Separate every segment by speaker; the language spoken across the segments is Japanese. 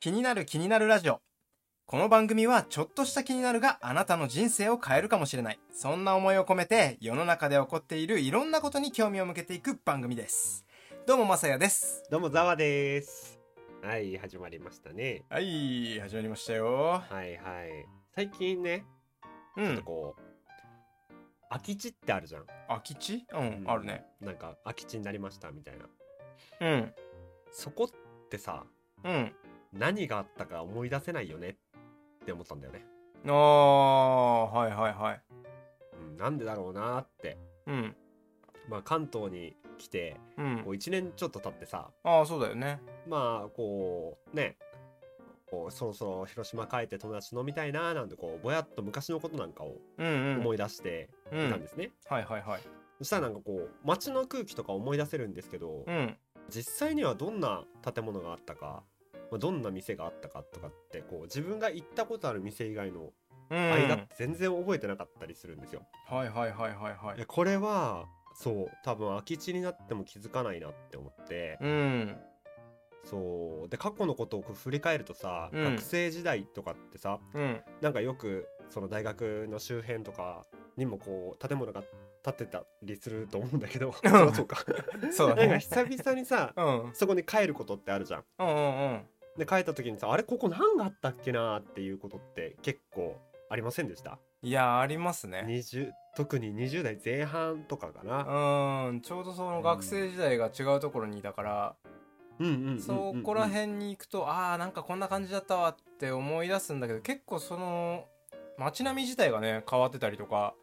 Speaker 1: 気になる気になるラジオ。この番組はちょっとした気になるがあなたの人生を変えるかもしれない。そんな思いを込めて世の中で起こっているいろんなことに興味を向けていく番組です。どうもまさやです。
Speaker 2: どうもざわです。はい、始まりましたね。
Speaker 1: はい、始まりましたよ。
Speaker 2: はいはい。最近ね、
Speaker 1: う
Speaker 2: ちょっと
Speaker 1: ん。
Speaker 2: こう、空き地ってあるじゃん。
Speaker 1: 空き地う、
Speaker 2: うんん
Speaker 1: あるね。
Speaker 2: なんか空き地になりましたみたいな。
Speaker 1: うん。
Speaker 2: そこってさ、
Speaker 1: うん。
Speaker 2: 何があったか思い出せないよねって思ったんだよね。
Speaker 1: ああ、はいはいはい。
Speaker 2: うん、なんでだろうなーって。
Speaker 1: うん。
Speaker 2: まあ関東に来て、
Speaker 1: う。
Speaker 2: こうん1年ちょっと経ってさ、
Speaker 1: ああ、そうだよね。
Speaker 2: まあこう、ね、こうそろそろ広島帰って友達と飲みたいなーなんてこう、ぼやっと昔のことなんかを
Speaker 1: うんうん。
Speaker 2: 思い出してい
Speaker 1: うん
Speaker 2: たんですね。
Speaker 1: はいはいはい。
Speaker 2: そしたらなんかこう街の空気とか思い出せるんですけど、
Speaker 1: うん。
Speaker 2: 実際にはどんな建物があったかまあどんな店があったかとかってこう自分が行ったことある店以外の
Speaker 1: うん。
Speaker 2: 間って全然覚えてなかったりするんですよ。
Speaker 1: はいはいはいはいはいい
Speaker 2: や。これはそう多分空き地になっても気づかないなって思って、
Speaker 1: うん。
Speaker 2: そうで過去のことをこう振り返るとさ、
Speaker 1: うん
Speaker 2: 学生時代とかってさ
Speaker 1: うん。
Speaker 2: なんかよくその大学の周辺とかにもこう建物が建ってたりすると思うんだけ どそりゃそうか
Speaker 1: そうだ
Speaker 2: なんか
Speaker 1: ね。
Speaker 2: 久々にさ
Speaker 1: うん。
Speaker 2: そこに帰ることってあるじゃん。
Speaker 1: うんうんうん。
Speaker 2: で帰った時にさあれここ何があったっけなーっていうことって結構ありませんでした
Speaker 1: いやありますね。
Speaker 2: 20特に20代前半とかか
Speaker 1: う
Speaker 2: な。
Speaker 1: ーんちょうどその学生時代が違うところにいたから、
Speaker 2: うんうんうんうんうん
Speaker 1: そこら辺に行くとああなんかこんな感じだったわって思い出すんだけど結構その街並み自体がね変わってたりとか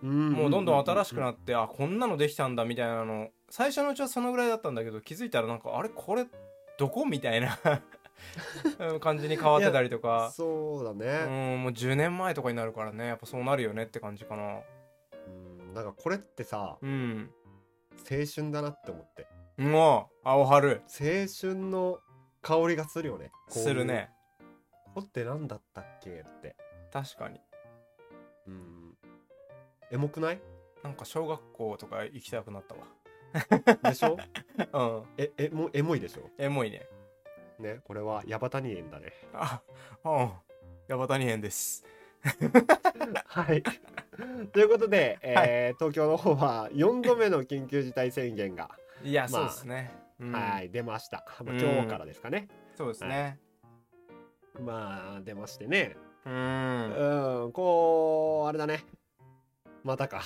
Speaker 1: もうどんどん新しくな
Speaker 2: っ
Speaker 1: ってあこんなのできたんだみたいなの最初のうちはそのぐらいだったんだけど気づいたらなんかあれこれどこみたい なうん感じに変わってたりとか
Speaker 2: そうだ
Speaker 1: う
Speaker 2: ね、
Speaker 1: んもう10年前とかになるからねやっぱそうなるよねって感じかな
Speaker 2: うん、なんかこれってさ
Speaker 1: うん
Speaker 2: 青春だなって思って
Speaker 1: もう青春
Speaker 2: 青春の香りがするよねこういう
Speaker 1: するね
Speaker 2: ここって何だったっけって
Speaker 1: 確かに
Speaker 2: うんエモくない
Speaker 1: なんか小学校とか行きたくなった
Speaker 2: でしょ
Speaker 1: わ。うん。
Speaker 2: ええもエモいでしょ
Speaker 1: エモいね。
Speaker 2: ねこれはヤバタニエンだね
Speaker 1: あ、うん。ヤバタニエンです。
Speaker 2: はい。 ということで、えー東京の方は4度目の緊急事態宣言が、
Speaker 1: いや、
Speaker 2: あ
Speaker 1: そうですね。 うん
Speaker 2: はい出ました。まあ、
Speaker 1: うん
Speaker 2: 今日からですかね。
Speaker 1: そうですね。
Speaker 2: まあ出ましてね。
Speaker 1: う。
Speaker 2: うんん、こうあれだね。またか。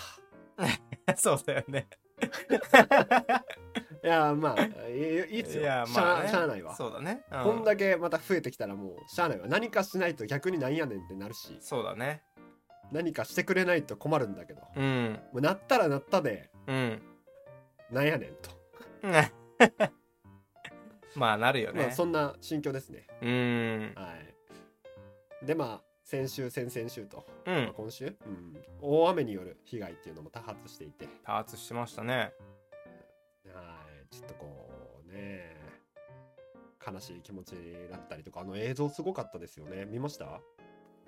Speaker 1: そうだよね。
Speaker 2: いやまあいいいいっすよ。しゃあ
Speaker 1: ね
Speaker 2: しゃあないわ。
Speaker 1: そうだね。うん
Speaker 2: こんだけまた増えてきたらもうしゃあないわ。何かしないと逆になんやねんってなるし、
Speaker 1: そうだね。
Speaker 2: 何かしてくれないと困るんだけど、も
Speaker 1: うん。
Speaker 2: うなったらなったで
Speaker 1: うん。
Speaker 2: なんやねんと。
Speaker 1: まあ、なるよ
Speaker 2: まあ
Speaker 1: ね。
Speaker 2: そんな心境ですね。
Speaker 1: うん。
Speaker 2: はい。でまあ先週先々週と。
Speaker 1: う
Speaker 2: まあ
Speaker 1: ん。
Speaker 2: 今週、うん、大雨による被害っていうのも多発していて、は
Speaker 1: 多発してましたね。
Speaker 2: い、ちょっとこうね、悲しい気持ちだったりとか、あの映像すごかったですよね。見ました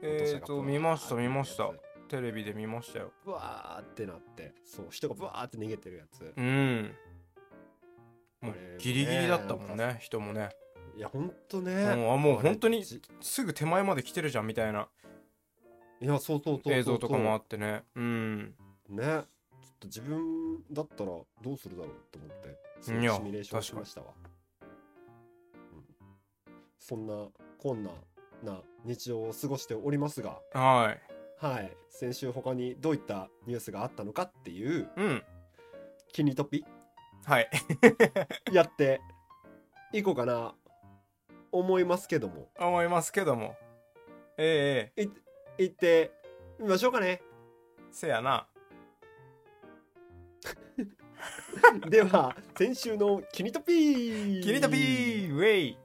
Speaker 1: えーと、見ました、見ました
Speaker 2: う。
Speaker 1: テレビで見ましたよ。
Speaker 2: ブワーってなって、そう、人がブワーって逃げてるやつ
Speaker 1: う。ん。も
Speaker 2: あれも
Speaker 1: う
Speaker 2: ね
Speaker 1: ギリギリだったもんね、人もね。
Speaker 2: いや、ほんとね。
Speaker 1: うんあもうほんとに
Speaker 2: あれじ
Speaker 1: すぐ手前まで来てるじゃんみたいない
Speaker 2: や、そうそうそうそうそう
Speaker 1: 映像とかもあってねうん
Speaker 2: ね。ちょっと自分だったらどうするだろうと思って、その
Speaker 1: いや
Speaker 2: シミュレーションしましたわ。うんそんなこんなな日常を過ごしておりますが、
Speaker 1: は
Speaker 2: はい、先週他にどういったニュースがあったのかっていう
Speaker 1: いうん
Speaker 2: キニトピ
Speaker 1: はい
Speaker 2: やっていこうかな思いますけども、
Speaker 1: 思いますけどもえええ
Speaker 2: い行ってみましょうかね。
Speaker 1: えせやな
Speaker 2: では先週のキニトピ
Speaker 1: キリトピーウェイ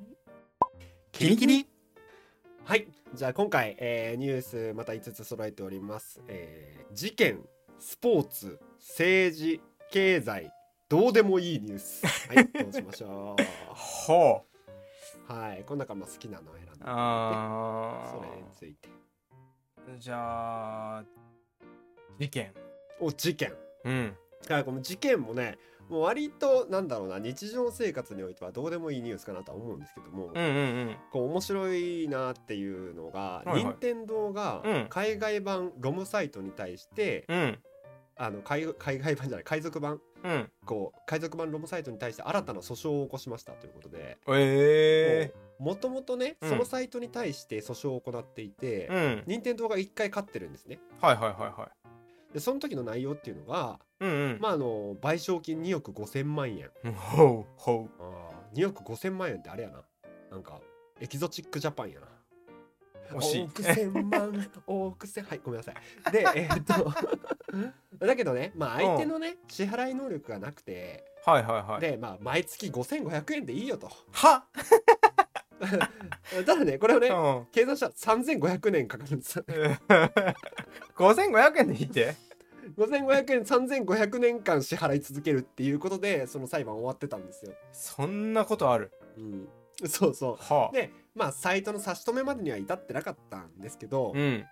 Speaker 2: キリキリはいじゃあ今回、えーニュースまた5つ揃えております、えー事件スポーツ政治経済どうでもいいニュース はいどうしましょう
Speaker 1: ほう
Speaker 2: はいこの中の好きなのを選んでいただいて
Speaker 1: あ
Speaker 2: それについて
Speaker 1: ーじゃあ事件
Speaker 2: お事件
Speaker 1: うん
Speaker 2: はいこの事件もねもう割となんだろうな日常生活においてはどうでもいいニュースかなとは思うんですけども、
Speaker 1: うんうん
Speaker 2: こう面白いなっていうのが、
Speaker 1: はいはい
Speaker 2: 任天堂が
Speaker 1: うん
Speaker 2: 海外版ロムサイトに対して、
Speaker 1: うんうん
Speaker 2: あの海海外版じゃない海賊版
Speaker 1: うん
Speaker 2: こう海賊版ロムサイトに対して新たな訴訟を起こしましたということで。
Speaker 1: え
Speaker 2: もともとね、
Speaker 1: うん
Speaker 2: そのサイトに対して訴訟を行っていて、
Speaker 1: えうん
Speaker 2: 任天堂が1回勝ってるんですね
Speaker 1: はいはいはいはい
Speaker 2: でその時の内容っていうのが、
Speaker 1: うんうん
Speaker 2: まあ、あの賠償金2億5000万円
Speaker 1: ほうほう
Speaker 2: あー2億5000万円ってあれやななんかエキゾチックジャパンやな
Speaker 1: 惜しい
Speaker 2: 億千 万億千はいごめんなさいでえーっ とだけどねまあ相手のね支払い能力がなくて
Speaker 1: はいはいはい
Speaker 2: でまあ毎月5500円でいいよと
Speaker 1: は
Speaker 2: ただねこれをね
Speaker 1: うん
Speaker 2: 計算したら3500年かかるんですよ
Speaker 1: 5500円でいいって
Speaker 2: 5500円3500年間支払い続けるっていうことでその裁判終わってたんですよ、
Speaker 1: そんなことある
Speaker 2: うん、そうそう
Speaker 1: はあ
Speaker 2: でまあサイトの差し止めまでには至ってなかったんですけど、
Speaker 1: うん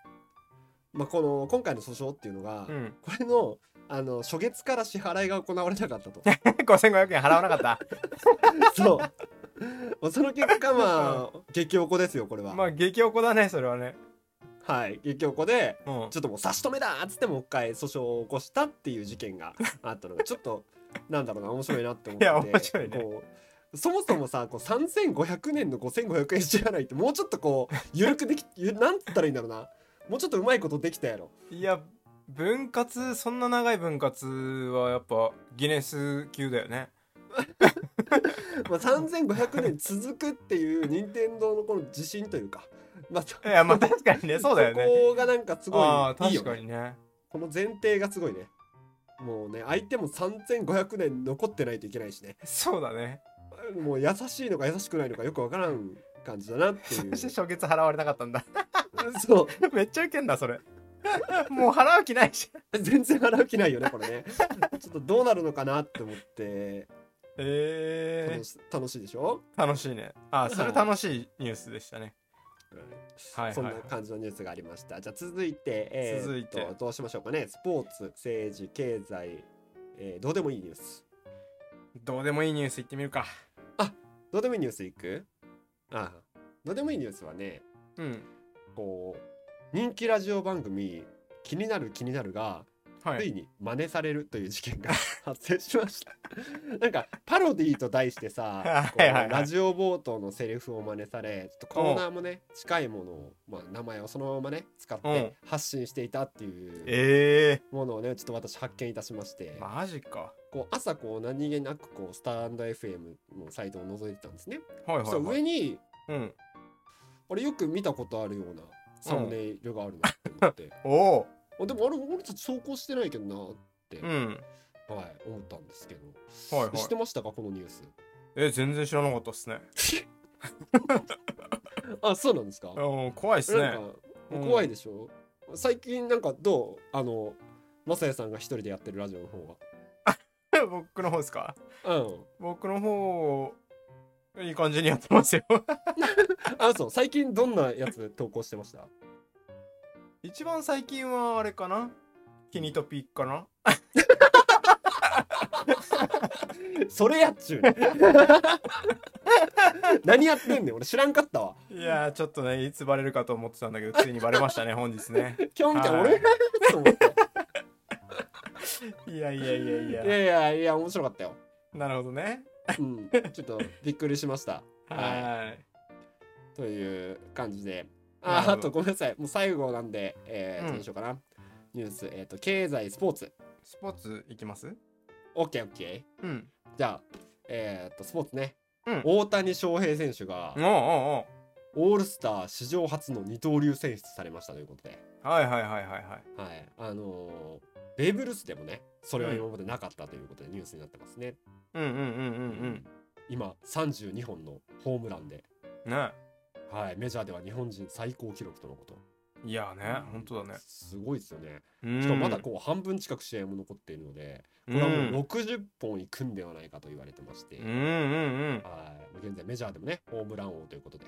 Speaker 2: まあ、この今回の訴訟っていうのが、
Speaker 1: うん
Speaker 2: これのあの初月から支払いが行われな かったと
Speaker 1: 5500円払わなか った
Speaker 2: そうもうその結果まあ激おこですよこれは、
Speaker 1: まあ激おこだねそれはね
Speaker 2: はい激おこで
Speaker 1: うん
Speaker 2: ちょっともう差し止めだっつってもう一回訴訟を起こしたっていう事件があったのがちょっとなんだろうな面白いなって思って
Speaker 1: いや面白いね
Speaker 2: こうそもそもさこう3500年の5500円支払いってもうちょっとこう緩くできゆなんつったらいいんだろうなもうちょっとうまいことできたやろ
Speaker 1: いや分割そんな長い分割はやっぱギネス級だよね
Speaker 2: まあ、3500年続くっていう任天堂のこの自信というか、 まあ、そ
Speaker 1: いやまあ確かにね そうだよね
Speaker 2: そこがなんかすご
Speaker 1: ああ
Speaker 2: い
Speaker 1: 確
Speaker 2: いいよ
Speaker 1: か
Speaker 2: ね
Speaker 1: にね
Speaker 2: この前提がすごいねもうね相手も3500年残ってないといけないしね
Speaker 1: そうだね
Speaker 2: もう優しいのか優しくないのかよくわからん感じだなっ ていう
Speaker 1: そして初月払われなかった んだ
Speaker 2: そう
Speaker 1: めっちゃウケんだそ れもう払う気ないし
Speaker 2: 全然払う気ないよねこれねちょっとどうなるのかなって思って
Speaker 1: え
Speaker 2: 楽し楽しいでしょ、
Speaker 1: ー、楽しいねあそれ楽しいニュースでしたねはい
Speaker 2: そん
Speaker 1: は
Speaker 2: ない
Speaker 1: はい
Speaker 2: 感じのニュースがありました。じゃあ続いて、えーっと
Speaker 1: 続いて
Speaker 2: どうしましょうかね。スポーツ、政治、経済、えーどうでもいいニュース。
Speaker 1: どうでもいいニュース行ってみるか
Speaker 2: どうでもいいニュースいくああどうでもいいニュースはね、
Speaker 1: うん
Speaker 2: こう、人気ラジオ番組、気になる気になるが、
Speaker 1: は
Speaker 2: つ
Speaker 1: い
Speaker 2: いに真似されるという事 件が発生しました。なんか、パロディーと題してさ、こう
Speaker 1: はいはいはい
Speaker 2: ラジオ冒頭のセリフを真似され、ちょっとコーナーもね、近いものを、まあ、名前をそのままね、使っ
Speaker 1: うん
Speaker 2: て発信していたっていう。
Speaker 1: え
Speaker 2: ものをねちょっと私発見いたしまして、
Speaker 1: ー、マジか
Speaker 2: こう朝こう何気なくこうスタンド FM のサイトを覗いてたんですね。
Speaker 1: はいはい、
Speaker 2: そう
Speaker 1: は
Speaker 2: 上
Speaker 1: い、
Speaker 2: に
Speaker 1: うん
Speaker 2: あれよく見たことあるようなサムネイルがあるなって思
Speaker 1: お
Speaker 2: って、
Speaker 1: お
Speaker 2: あでもあれ俺たち投稿してないけどなって、
Speaker 1: う
Speaker 2: はい
Speaker 1: ん
Speaker 2: 思ったんですけど、
Speaker 1: はいはい
Speaker 2: 知ってましたかこのニュース？
Speaker 1: え全然知らなかったっすね
Speaker 2: あそうなんですか？
Speaker 1: うん怖いっす
Speaker 2: なん
Speaker 1: ね
Speaker 2: か
Speaker 1: うん
Speaker 2: 怖いでしょ、最近なんかどうあのマサヤさんが一人でやってるラジオの方
Speaker 1: 僕の方ですか
Speaker 2: は。うん。
Speaker 1: 僕の方いい感じにやってますよ
Speaker 2: あそう最近どんなやつ投稿してました？
Speaker 1: 一番最近はあれかなキニトピかな
Speaker 2: それやっちゅうね 何やってんねん俺知らんかったわ
Speaker 1: いやーちょっとねいつバレるかと思ってたんだけどついにバレましたね本日ね
Speaker 2: 今日みたい
Speaker 1: はい
Speaker 2: 俺と思って
Speaker 1: いやいやいやいや
Speaker 2: いやいやいや面白かったよ、
Speaker 1: なるほどね
Speaker 2: うん、ちょっとびっくりしました
Speaker 1: はい
Speaker 2: という感じで
Speaker 1: なる
Speaker 2: あ
Speaker 1: ほど
Speaker 2: あとごめんなさいもう最後なんで、えー
Speaker 1: うん
Speaker 2: どうしようかなニュース、えー、と経済スポーツ
Speaker 1: スポーツいきます
Speaker 2: OKOK
Speaker 1: うん
Speaker 2: じゃあえっ、とスポーツね、
Speaker 1: うん
Speaker 2: 大谷翔平選手が
Speaker 1: おうおうお
Speaker 2: オールスター史上初の二刀流選出されましたということで
Speaker 1: うはいはいはいはいはい
Speaker 2: はい、あのーベーブ・ルースでもねそれは今までなかったということでニュースになってますね、
Speaker 1: うんうんうんうん
Speaker 2: 今32本のホームランで、
Speaker 1: うんね
Speaker 2: はい、メジャーでは日本人最高記録とのこと
Speaker 1: いやね本当だね
Speaker 2: すごいですよね
Speaker 1: うん
Speaker 2: しかもまだこう半分近く試合も残っているので、
Speaker 1: う
Speaker 2: これはも
Speaker 1: ん
Speaker 2: う60本いくんではないかと言われてまして、
Speaker 1: うんうん
Speaker 2: はい現在メジャーでもねホームラン王ということで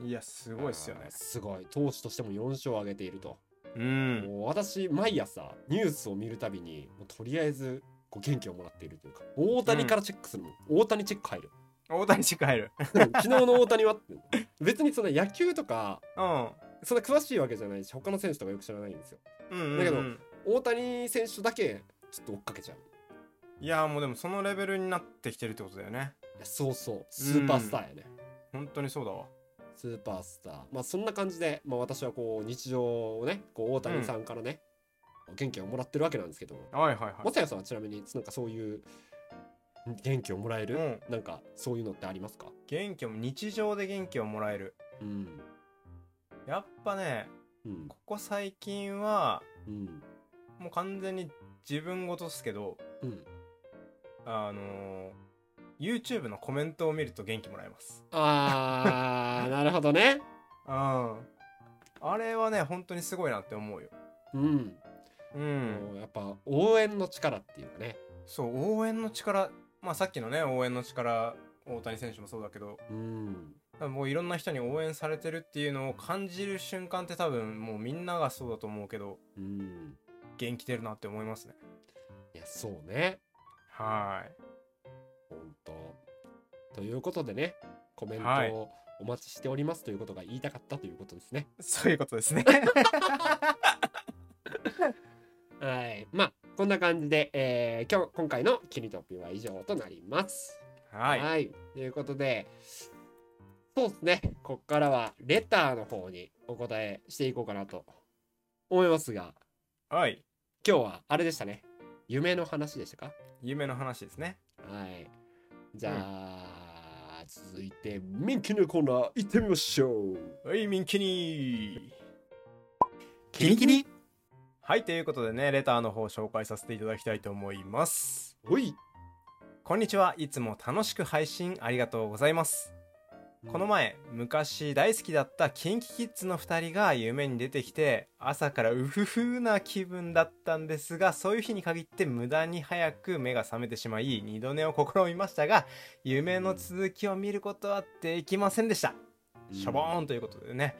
Speaker 1: うんいやすごいっすよ
Speaker 2: は
Speaker 1: ね
Speaker 2: すごい投手としても4勝を挙げていると、
Speaker 1: うん
Speaker 2: もう私毎朝ニュースを見るたびにもうとりあえずこう元気をもらっているというか大谷からチェックするもん、大谷チェック 入る
Speaker 1: 大谷地区入る。
Speaker 2: 昨日の大谷はって別にその野球とか
Speaker 1: うん。
Speaker 2: そんな詳しいわけじゃないし他の選手とかよく知らないんですよ
Speaker 1: うんうんうん
Speaker 2: だけど大谷選手だけちょっと追っかけちゃう
Speaker 1: いやーもうでもそのレベルになってきてるってことだよね
Speaker 2: いやそうそうスーパースターやね、
Speaker 1: 本当にそうだわ
Speaker 2: スーパースターまあそんな感じで、まあ、私はこう日常をねこう大谷さんからね、元気をもらってるわけなんですけども
Speaker 1: はいはいは
Speaker 2: 松也さんはちなみになんかそういう元気をもらえ
Speaker 1: い、
Speaker 2: る、
Speaker 1: うん、
Speaker 2: なんかそういうのってありますか
Speaker 1: 元気を日常で元気をもらえる
Speaker 2: うん
Speaker 1: やっぱね
Speaker 2: うん
Speaker 1: ここ最近は
Speaker 2: うん
Speaker 1: もう完全に自分ごとっすけど
Speaker 2: うん
Speaker 1: あのー、YouTube のコメントを見ると元気もらえます
Speaker 2: あ ーなるほどね
Speaker 1: うんあれはね本当にすごいなって思うよ
Speaker 2: うん、
Speaker 1: う
Speaker 2: も
Speaker 1: ん
Speaker 2: うやっぱ応援の力っていうかね
Speaker 1: そう応援の力まあさっきのね応援の力大谷選手もそうだけど
Speaker 2: うん
Speaker 1: もういろんな人に応援されてるっていうのを感じる瞬間って多分もうみんながそうだと思うけど
Speaker 2: うん
Speaker 1: 元気出るなって思いますね
Speaker 2: いやそうね
Speaker 1: は
Speaker 2: ほんとということでねコメント
Speaker 1: はい
Speaker 2: をお待ちしておりますということが言いたかったということですね
Speaker 1: いそういうことです ね
Speaker 2: はい。まあ、こんな感じで、えー今日、今回のキリトピは以上となります。
Speaker 1: はい
Speaker 2: ということで、そうですね。こっからは、レターの方にお答えしていこうかなと思いますが、
Speaker 1: はい
Speaker 2: 今日は、あれでしたね。夢の話でしたか
Speaker 1: 夢の話ですね
Speaker 2: はい。じゃあ、続いて、ミンキのコーナー、行ってみましょう。
Speaker 1: はいミンキニ
Speaker 2: キリキリ
Speaker 1: はいということでねレターの方紹介させていただきたいと思います
Speaker 2: ほい。
Speaker 1: こんにちはいつも楽しく配信ありがとうございますこの前昔大好きだったキンキキッズの2人が夢に出てきて朝からうふふな気分だったんですがそういう日に限って無駄に早く目が覚めてしまい二度寝を試みましたが夢の続きを見ることはできませんでした
Speaker 2: うん、
Speaker 1: しょぼーんということでね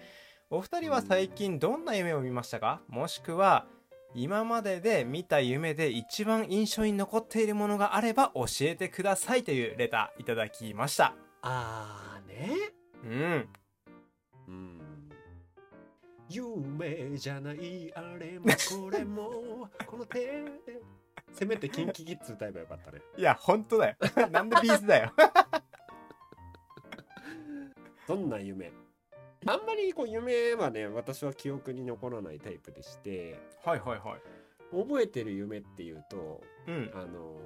Speaker 1: お二人は最近どんな夢を見ましたかもしくは今までで見た夢で一番印象に残っているものがあれば教えてくださいというレターいただきました
Speaker 2: あーね。
Speaker 1: うん
Speaker 2: うん夢じゃないあれもこれ もこの手でせめてキンキキッズ歌えばよかったね
Speaker 1: いや、本当だよ。 なんでビーズだよ。
Speaker 2: どんな夢あんまりこう夢はね私は記憶に残らないタイプでして
Speaker 1: はいはいはい。
Speaker 2: 覚えてる夢っていうと
Speaker 1: うん。
Speaker 2: あの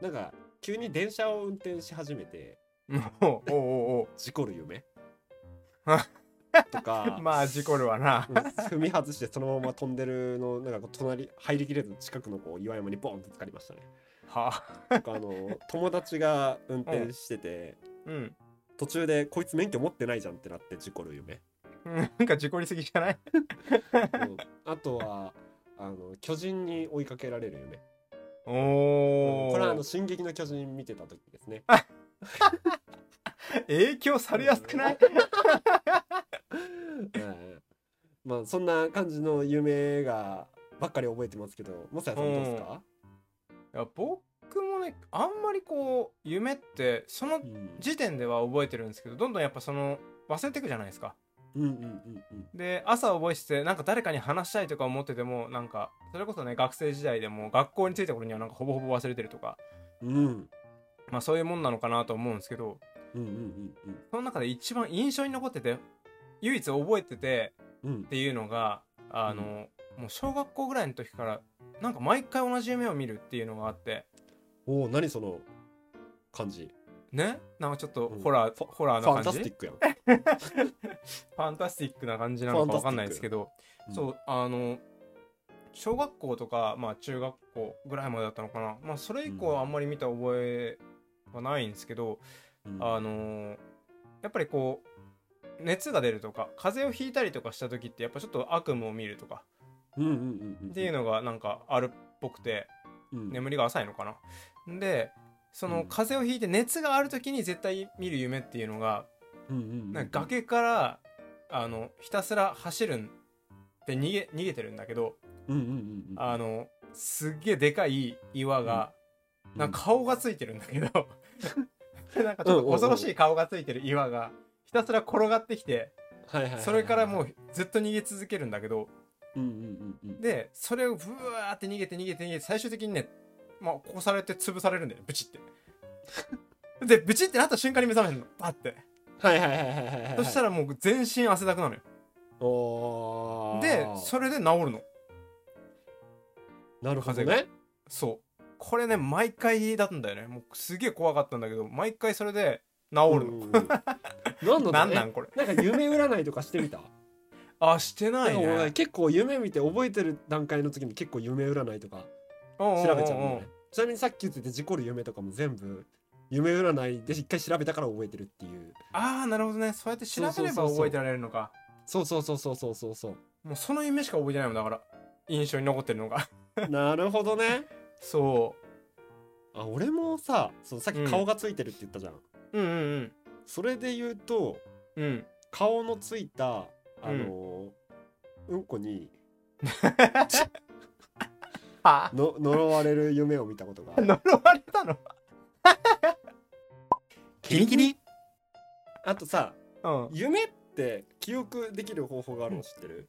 Speaker 2: ーなんか急に電車を運転し始めて
Speaker 1: もう、おうおう
Speaker 2: 事故る 夢
Speaker 1: あ
Speaker 2: と
Speaker 1: お
Speaker 2: か
Speaker 1: う。まあ、事故るわな
Speaker 2: う。ん踏み外してそのまま飛んでるのなんかこう隣入りきれず近くのこう岩山にボーンぶつかりましたね
Speaker 1: は
Speaker 2: なんかあ の友達が運転してて、
Speaker 1: うん。
Speaker 2: 途中でこいつ免許持ってないじゃんってなって事故る夢
Speaker 1: なんか事故りすぎじゃない
Speaker 2: うんあとはあの巨人に追いかけられる夢
Speaker 1: お
Speaker 2: こ
Speaker 1: お。
Speaker 2: れはあの「進撃の巨人」見てた時です ね
Speaker 1: 影響されやすくない
Speaker 2: うんまあそんな感じの夢がばっかり覚えてますけどもさやさんどうですか、
Speaker 1: いや僕もね、あんまりこう、夢って、その
Speaker 2: うん、
Speaker 1: 時点では覚えてるんですけど、どんどんやっぱその、忘れていくじゃないですか。
Speaker 2: うんうんうんうん
Speaker 1: で、朝覚えてて、なんか誰かに話したいとか思ってても、なんか、それこそね、学生時代でも、学校についた頃にはなんかほぼほぼ忘れてるとか、
Speaker 2: うん
Speaker 1: まあそういうもんなのかなと思うんですけど、
Speaker 2: うんうんうん
Speaker 1: その中で一番印象に残ってて唯一覚えてて
Speaker 2: うんうん
Speaker 1: っていうのがあの、もう小学校ぐらいの時からなんか毎回同じ夢を見るっていうのがあって
Speaker 2: おお何その感じ
Speaker 1: ねなんかちょっと
Speaker 2: うん
Speaker 1: ホラー、
Speaker 2: ファ
Speaker 1: ホラー
Speaker 2: ファ
Speaker 1: な
Speaker 2: ンタ
Speaker 1: 感
Speaker 2: ス
Speaker 1: じ
Speaker 2: ティ
Speaker 1: フ
Speaker 2: ックやん
Speaker 1: ァンタスティックな感じなのかわかんないですけど、
Speaker 2: うん
Speaker 1: そうあの小学校とか、まあ、中学校ぐらいまでだったのかな、まあ、それ以降はあんまり見た覚えはないんですけど、
Speaker 2: うん
Speaker 1: あのーやっぱりこう熱が出るとか風邪をひいたりとかした時ってやっぱちょっと悪夢を見るとか
Speaker 2: うんうんうんうん
Speaker 1: っていうのがなんかあるっぽくて
Speaker 2: うん
Speaker 1: 眠りが浅いのかな。でそうの
Speaker 2: ん
Speaker 1: 風邪をひいて熱がある時に絶対見る夢っていうのが
Speaker 2: うんうんうん
Speaker 1: なんか崖からあのひたすら走るんで逃げ逃げてるんだけど
Speaker 2: うんうんうんうん
Speaker 1: あのすっげえでかい岩が、なんか顔がついてるんだけど なんかちょっと恐ろしい顔がついてる岩がひたすら転がってきて
Speaker 2: はいはいはいはい
Speaker 1: それからもうずっと逃げ続けるんだけど
Speaker 2: うんうんうんうん
Speaker 1: でそれをブワーって逃げて逃げて逃げて最終的にねまあこうされて潰されるんだよねブチって でブチってなった瞬間に目覚めるのバッて
Speaker 2: はいはいはいはいはいはい
Speaker 1: そしたらもう全身汗だくなのよ
Speaker 2: おー
Speaker 1: でそれで治るの
Speaker 2: なるほど
Speaker 1: 風
Speaker 2: ね
Speaker 1: そうこれね毎回だったんだよねもうすげえ怖かったんだけど毎回それで治るの、
Speaker 2: うんうんうん
Speaker 1: な
Speaker 2: なん
Speaker 1: な
Speaker 2: んだろうね
Speaker 1: んこれ
Speaker 2: なんか夢占いとかしてみた
Speaker 1: あして ないね
Speaker 2: なんか俺結構夢見て覚えてる段階の時に結構夢占いとか
Speaker 1: 調
Speaker 2: 調べちゃうんだよねちなみにさっき言ってた事故る夢とかも全部夢占いで一回調べたから覚えてるっていう
Speaker 1: ああなるほどねそうやって調べ
Speaker 2: そう
Speaker 1: れ
Speaker 2: そ
Speaker 1: ば
Speaker 2: うそうそう
Speaker 1: 覚えてられるのか
Speaker 2: そうそうそうそうそうそうそう
Speaker 1: もうその夢しか覚えてないもんだから印象に残ってるのが
Speaker 2: なるほどね
Speaker 1: そ
Speaker 2: あ俺もさそのさっき
Speaker 1: うん
Speaker 2: 顔がついてるって言ったじゃん、
Speaker 1: ううんうん
Speaker 2: それで言うと
Speaker 1: うんうん
Speaker 2: 顔のついたあのーうん、こに
Speaker 1: あ
Speaker 2: の呪われる夢を見たことが
Speaker 1: 呪われた のキリキリ
Speaker 2: あとさ
Speaker 1: うん
Speaker 2: 夢って記憶できる方法があるの知ってる、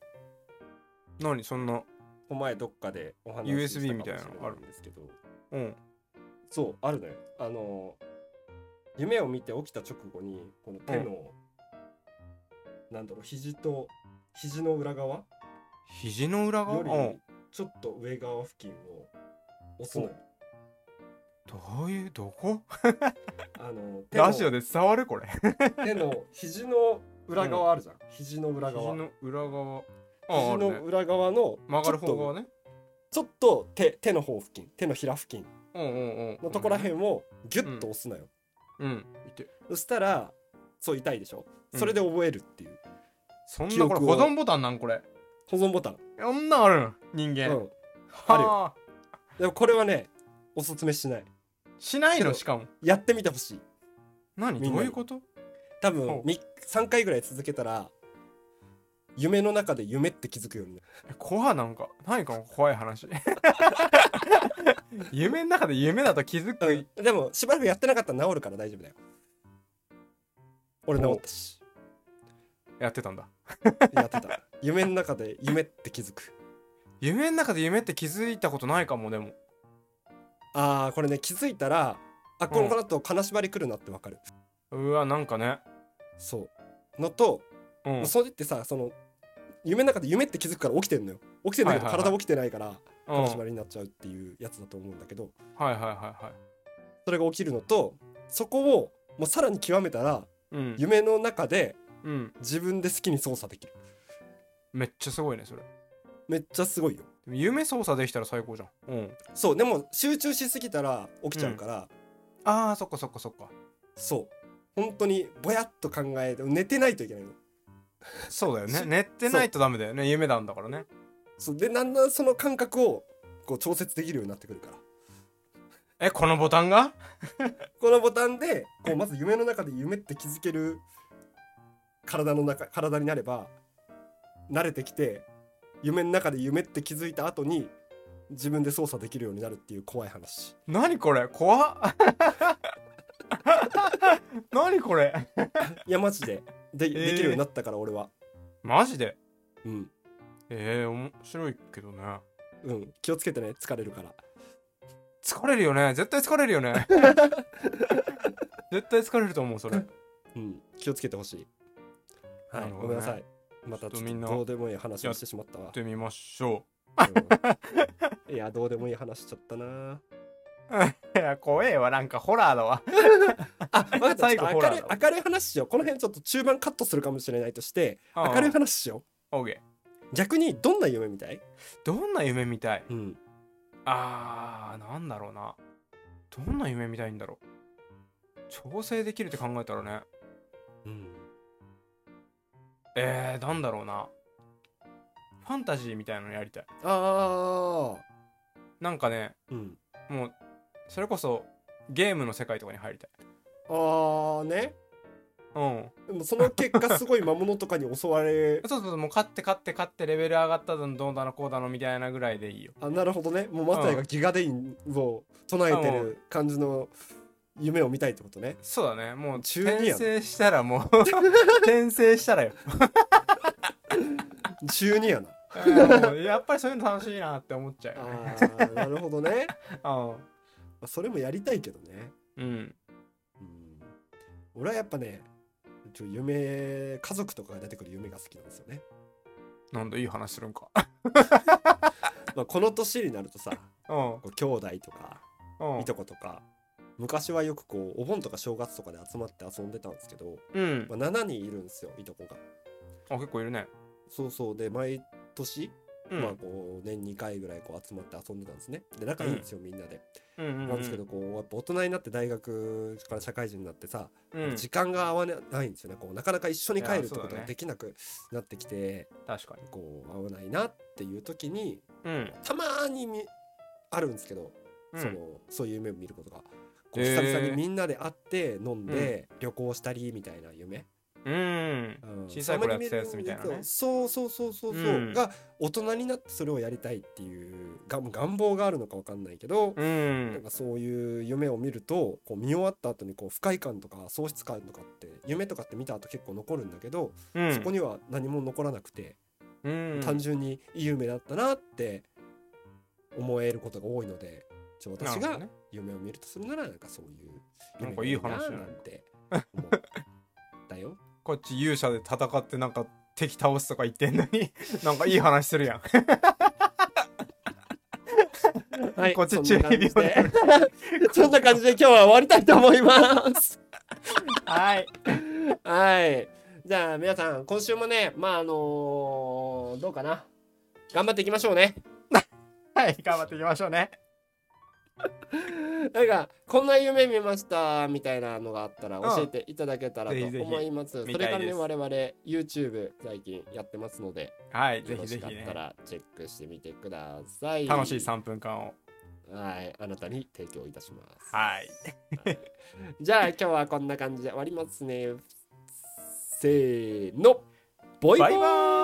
Speaker 1: 何そんな
Speaker 2: お前どっかでお話ししたか
Speaker 1: USB
Speaker 2: も
Speaker 1: み
Speaker 2: した
Speaker 1: い
Speaker 2: れ
Speaker 1: なのあ
Speaker 2: な
Speaker 1: る
Speaker 2: いんですけど
Speaker 1: うん
Speaker 2: そうあるのよあの夢を見て起きた直後にこの手の、なんだろう肘と肘の裏側よ
Speaker 1: 肘の裏側うん
Speaker 2: りちょっと上側付近を押すのよ
Speaker 1: どういうどこ
Speaker 2: あの手の
Speaker 1: ラジオで伝わるこれ
Speaker 2: 手の肘の裏側あるじゃん、肘の裏
Speaker 1: 肘
Speaker 2: 側
Speaker 1: の裏側ああ
Speaker 2: 肘
Speaker 1: る
Speaker 2: の
Speaker 1: ね
Speaker 2: 裏側の
Speaker 1: 曲がる
Speaker 2: ち
Speaker 1: 方
Speaker 2: ょっと
Speaker 1: 側ね
Speaker 2: ちょっと手手の方付近手のひら付近
Speaker 1: うんうんうん
Speaker 2: のとこらへんをギュッと押すのよ、
Speaker 1: うん見て
Speaker 2: そしたらそう痛いでしょ
Speaker 1: うん
Speaker 2: それで覚えるっていう、
Speaker 1: そん
Speaker 2: 記
Speaker 1: なこ
Speaker 2: 憶
Speaker 1: れ
Speaker 2: を
Speaker 1: 保存ボタンなんこれ
Speaker 2: 保存ボタン、
Speaker 1: そんなんあるん人
Speaker 2: う
Speaker 1: 間、
Speaker 2: ん、あるよ
Speaker 1: はあ
Speaker 2: でもこれはねおすすめしない
Speaker 1: しない
Speaker 2: け
Speaker 1: の
Speaker 2: ど
Speaker 1: しかも
Speaker 2: やってみてほしい
Speaker 1: 何
Speaker 2: みん
Speaker 1: ど
Speaker 2: な
Speaker 1: う
Speaker 2: に
Speaker 1: いうこと
Speaker 2: 多
Speaker 1: ほ
Speaker 2: 分
Speaker 1: う
Speaker 2: み3回ぐらい続けたら夢の中で夢って気づくようになる
Speaker 1: え怖いなんか何か怖い 話夢の中で夢だと気づく、
Speaker 2: うんでもしばらくやってなかったら治るから大丈夫だよ俺治ったし
Speaker 1: やってたんだ
Speaker 2: やってた夢の中で夢って気づく
Speaker 1: 夢の中で夢って気づいたことないかもでも
Speaker 2: あーこれね気づいたらあこ
Speaker 1: うん
Speaker 2: のこの後金縛り来るなってわかる、
Speaker 1: うわなんかね
Speaker 2: そうのと、
Speaker 1: うん
Speaker 2: それってさその夢の中で夢って気づくから起きてんのよ起きてんだけど
Speaker 1: はいはいはい
Speaker 2: 体起きてないから
Speaker 1: うん
Speaker 2: 金
Speaker 1: はい
Speaker 2: 縛
Speaker 1: はい
Speaker 2: りになっちゃうっていうやつだと思うんだけど
Speaker 1: はいは
Speaker 2: それが起きるのとそこをもうさらに極めた
Speaker 1: い
Speaker 2: ら
Speaker 1: うん、
Speaker 2: 夢の中で
Speaker 1: うん、
Speaker 2: 自分で好きに操作できる
Speaker 1: めっちゃすごいねそれ
Speaker 2: めっちゃすごいよ
Speaker 1: でも夢操作できたら最高じゃんうん
Speaker 2: そうでも集中しすぎたら起きちゃうから、
Speaker 1: あーそっかそっかそっか
Speaker 2: そう本当にぼやっと考えて寝てないといけないの
Speaker 1: そうだよね
Speaker 2: し
Speaker 1: 寝てないとダメだよね夢なんだからね
Speaker 2: そうでだんだんその感覚をこう調節できるようになってくるから
Speaker 1: えこのボタンが
Speaker 2: このボタンでこうまず夢の中で夢って気づける体の中体になれば慣れてきて夢の中で夢って気づいた後に自分で操作できるようになるっていう怖い話
Speaker 1: 何これ怖っ 何これ
Speaker 2: いやマジで で,、
Speaker 1: ー
Speaker 2: できるようになったから俺は
Speaker 1: マジで
Speaker 2: うん
Speaker 1: えー、面白いけどね
Speaker 2: うん気をつけてね疲れるから
Speaker 1: 疲れるよね絶対疲れるよね絶対疲れると思うそれ
Speaker 2: うん気をつけてほしいは、
Speaker 1: ないるほどね
Speaker 2: ごめんなさいまたちょっ
Speaker 1: みんな
Speaker 2: とどうでもいい話をしてしまったわ
Speaker 1: やってみましょ
Speaker 2: うんいやどうでもいい話しちゃったな
Speaker 1: ういや怖えわなんかホラーだわ
Speaker 2: あ、わかった。
Speaker 1: 最
Speaker 2: ち
Speaker 1: 後
Speaker 2: ょ
Speaker 1: ホ
Speaker 2: っと明
Speaker 1: ラ
Speaker 2: る
Speaker 1: ー
Speaker 2: い
Speaker 1: だ
Speaker 2: 明るい話しよう。この辺ちょっと中盤カットするかもしれないとして、明るい話しよ
Speaker 1: オーケ
Speaker 2: う。逆にどんな夢みたい？
Speaker 1: ーどんな夢見たい
Speaker 2: うん。
Speaker 1: あーなんだろうなどんな夢見たいんだろう調整できるって考えたらね
Speaker 2: うん。
Speaker 1: えー、なんだろうなファンタジーみたいなのやりたい
Speaker 2: ああ。
Speaker 1: なんかね
Speaker 2: うん。
Speaker 1: もうそれこそゲームの世界とかに入りたい
Speaker 2: ああね。
Speaker 1: うん
Speaker 2: でもその結果すごい魔物とかに襲われ
Speaker 1: そうそうそうもう勝って勝って勝ってレベル上がっただのどうだのこうだのみたいなぐらいでいいよ
Speaker 2: あなるほどねもうマサイがギガデインを唱えてる感じの夢を見たいってことね
Speaker 1: そうだねもう
Speaker 2: 中二やん
Speaker 1: 転生したらもう 転生したらよ
Speaker 2: 中二やな
Speaker 1: えーもうやっぱりそういうの楽しいなって思っちゃうよね
Speaker 2: あーなるほどねまあそれもやりたいけどね、
Speaker 1: うんうん
Speaker 2: うん、俺はやっぱねちょ夢家族とかが出てくる夢が好きなんですよね、
Speaker 1: なんだいい話するんか
Speaker 2: まあ、この年になるとさ
Speaker 1: うん
Speaker 2: こう兄弟とか
Speaker 1: うん
Speaker 2: いとことか昔はよくこうお盆とか正月とかで集まって遊んでたんですけど、
Speaker 1: うん
Speaker 2: まあ、7人いるんですよいとこが
Speaker 1: あ結構いるね
Speaker 2: そうそうで毎年、
Speaker 1: うん
Speaker 2: まあこう年2回ぐらいこう集まって遊んでたんですねで仲いいんですよ、みんなで
Speaker 1: うんうんうん
Speaker 2: なんですけどこうやっぱ大人になって大学から社会人になってさ、
Speaker 1: うん
Speaker 2: 時間が合わないんですよねこうなかなか一緒に帰るって
Speaker 1: いやそ
Speaker 2: こ
Speaker 1: う
Speaker 2: と
Speaker 1: だ
Speaker 2: が
Speaker 1: ね
Speaker 2: できなくなってきて、
Speaker 1: 確かに
Speaker 2: こう合わないなっていう時に
Speaker 1: うん
Speaker 2: たまにみあるんですけど、
Speaker 1: うん
Speaker 2: そのそういう夢を見ることが。こう
Speaker 1: へ
Speaker 2: 久
Speaker 1: ー
Speaker 2: 々にみんなで会って飲んで旅行したりみたいな夢、
Speaker 1: うん
Speaker 2: うん
Speaker 1: 小さい頃やってたやつみたいなね
Speaker 2: そうそうそうそうそう、
Speaker 1: うん
Speaker 2: が大人になってそれをやりたいっていうが願望があるのかわかんないけど、
Speaker 1: う
Speaker 2: なん
Speaker 1: ん
Speaker 2: かそういう夢を見るとこう見終わった後にこう不快感とか喪失感とかって夢とかって見た後結構残るんだけど、
Speaker 1: うん
Speaker 2: そこには何も残らなくて、
Speaker 1: うん
Speaker 2: 単純にいい夢だったなって思えることが多いのでちょ
Speaker 1: な
Speaker 2: 私
Speaker 1: るほど
Speaker 2: が
Speaker 1: ね
Speaker 2: 夢を見るとするならなんかそういう
Speaker 1: な
Speaker 2: 夢
Speaker 1: んかいい話
Speaker 2: が
Speaker 1: だね
Speaker 2: ななんて思ったよ。
Speaker 1: こっち勇者で戦ってなんか敵倒すとか言ってんのに なんかいい話するやん
Speaker 2: はい
Speaker 1: こっち
Speaker 2: そん
Speaker 1: 中
Speaker 2: な感じ
Speaker 1: 二病
Speaker 2: で そんな感じで今日は終わりたいと思います。
Speaker 1: はい
Speaker 2: はい。じゃあ皆さん今週もねまああのーどうかな頑張っていきましょうね。
Speaker 1: はい頑張っていきましょうね
Speaker 2: なんかこんな夢見ましたみたいなのがあったら教えていただけたらと
Speaker 1: ぜひぜひ
Speaker 2: 思います。
Speaker 1: 見
Speaker 2: そ
Speaker 1: た
Speaker 2: れ
Speaker 1: い
Speaker 2: からね
Speaker 1: です
Speaker 2: 我々 YouTube 最近やってますので
Speaker 1: はいぜひ
Speaker 2: よろ
Speaker 1: ぜ
Speaker 2: し
Speaker 1: ひ
Speaker 2: かっ
Speaker 1: ね
Speaker 2: たらチェックしてみてください。
Speaker 1: 楽しい3分間を
Speaker 2: はいあなたに提供いたします。
Speaker 1: はい
Speaker 2: じゃあ今日はこんな感じで終わりますね。せーの、バイバ
Speaker 1: バ
Speaker 2: イ
Speaker 1: イバーイ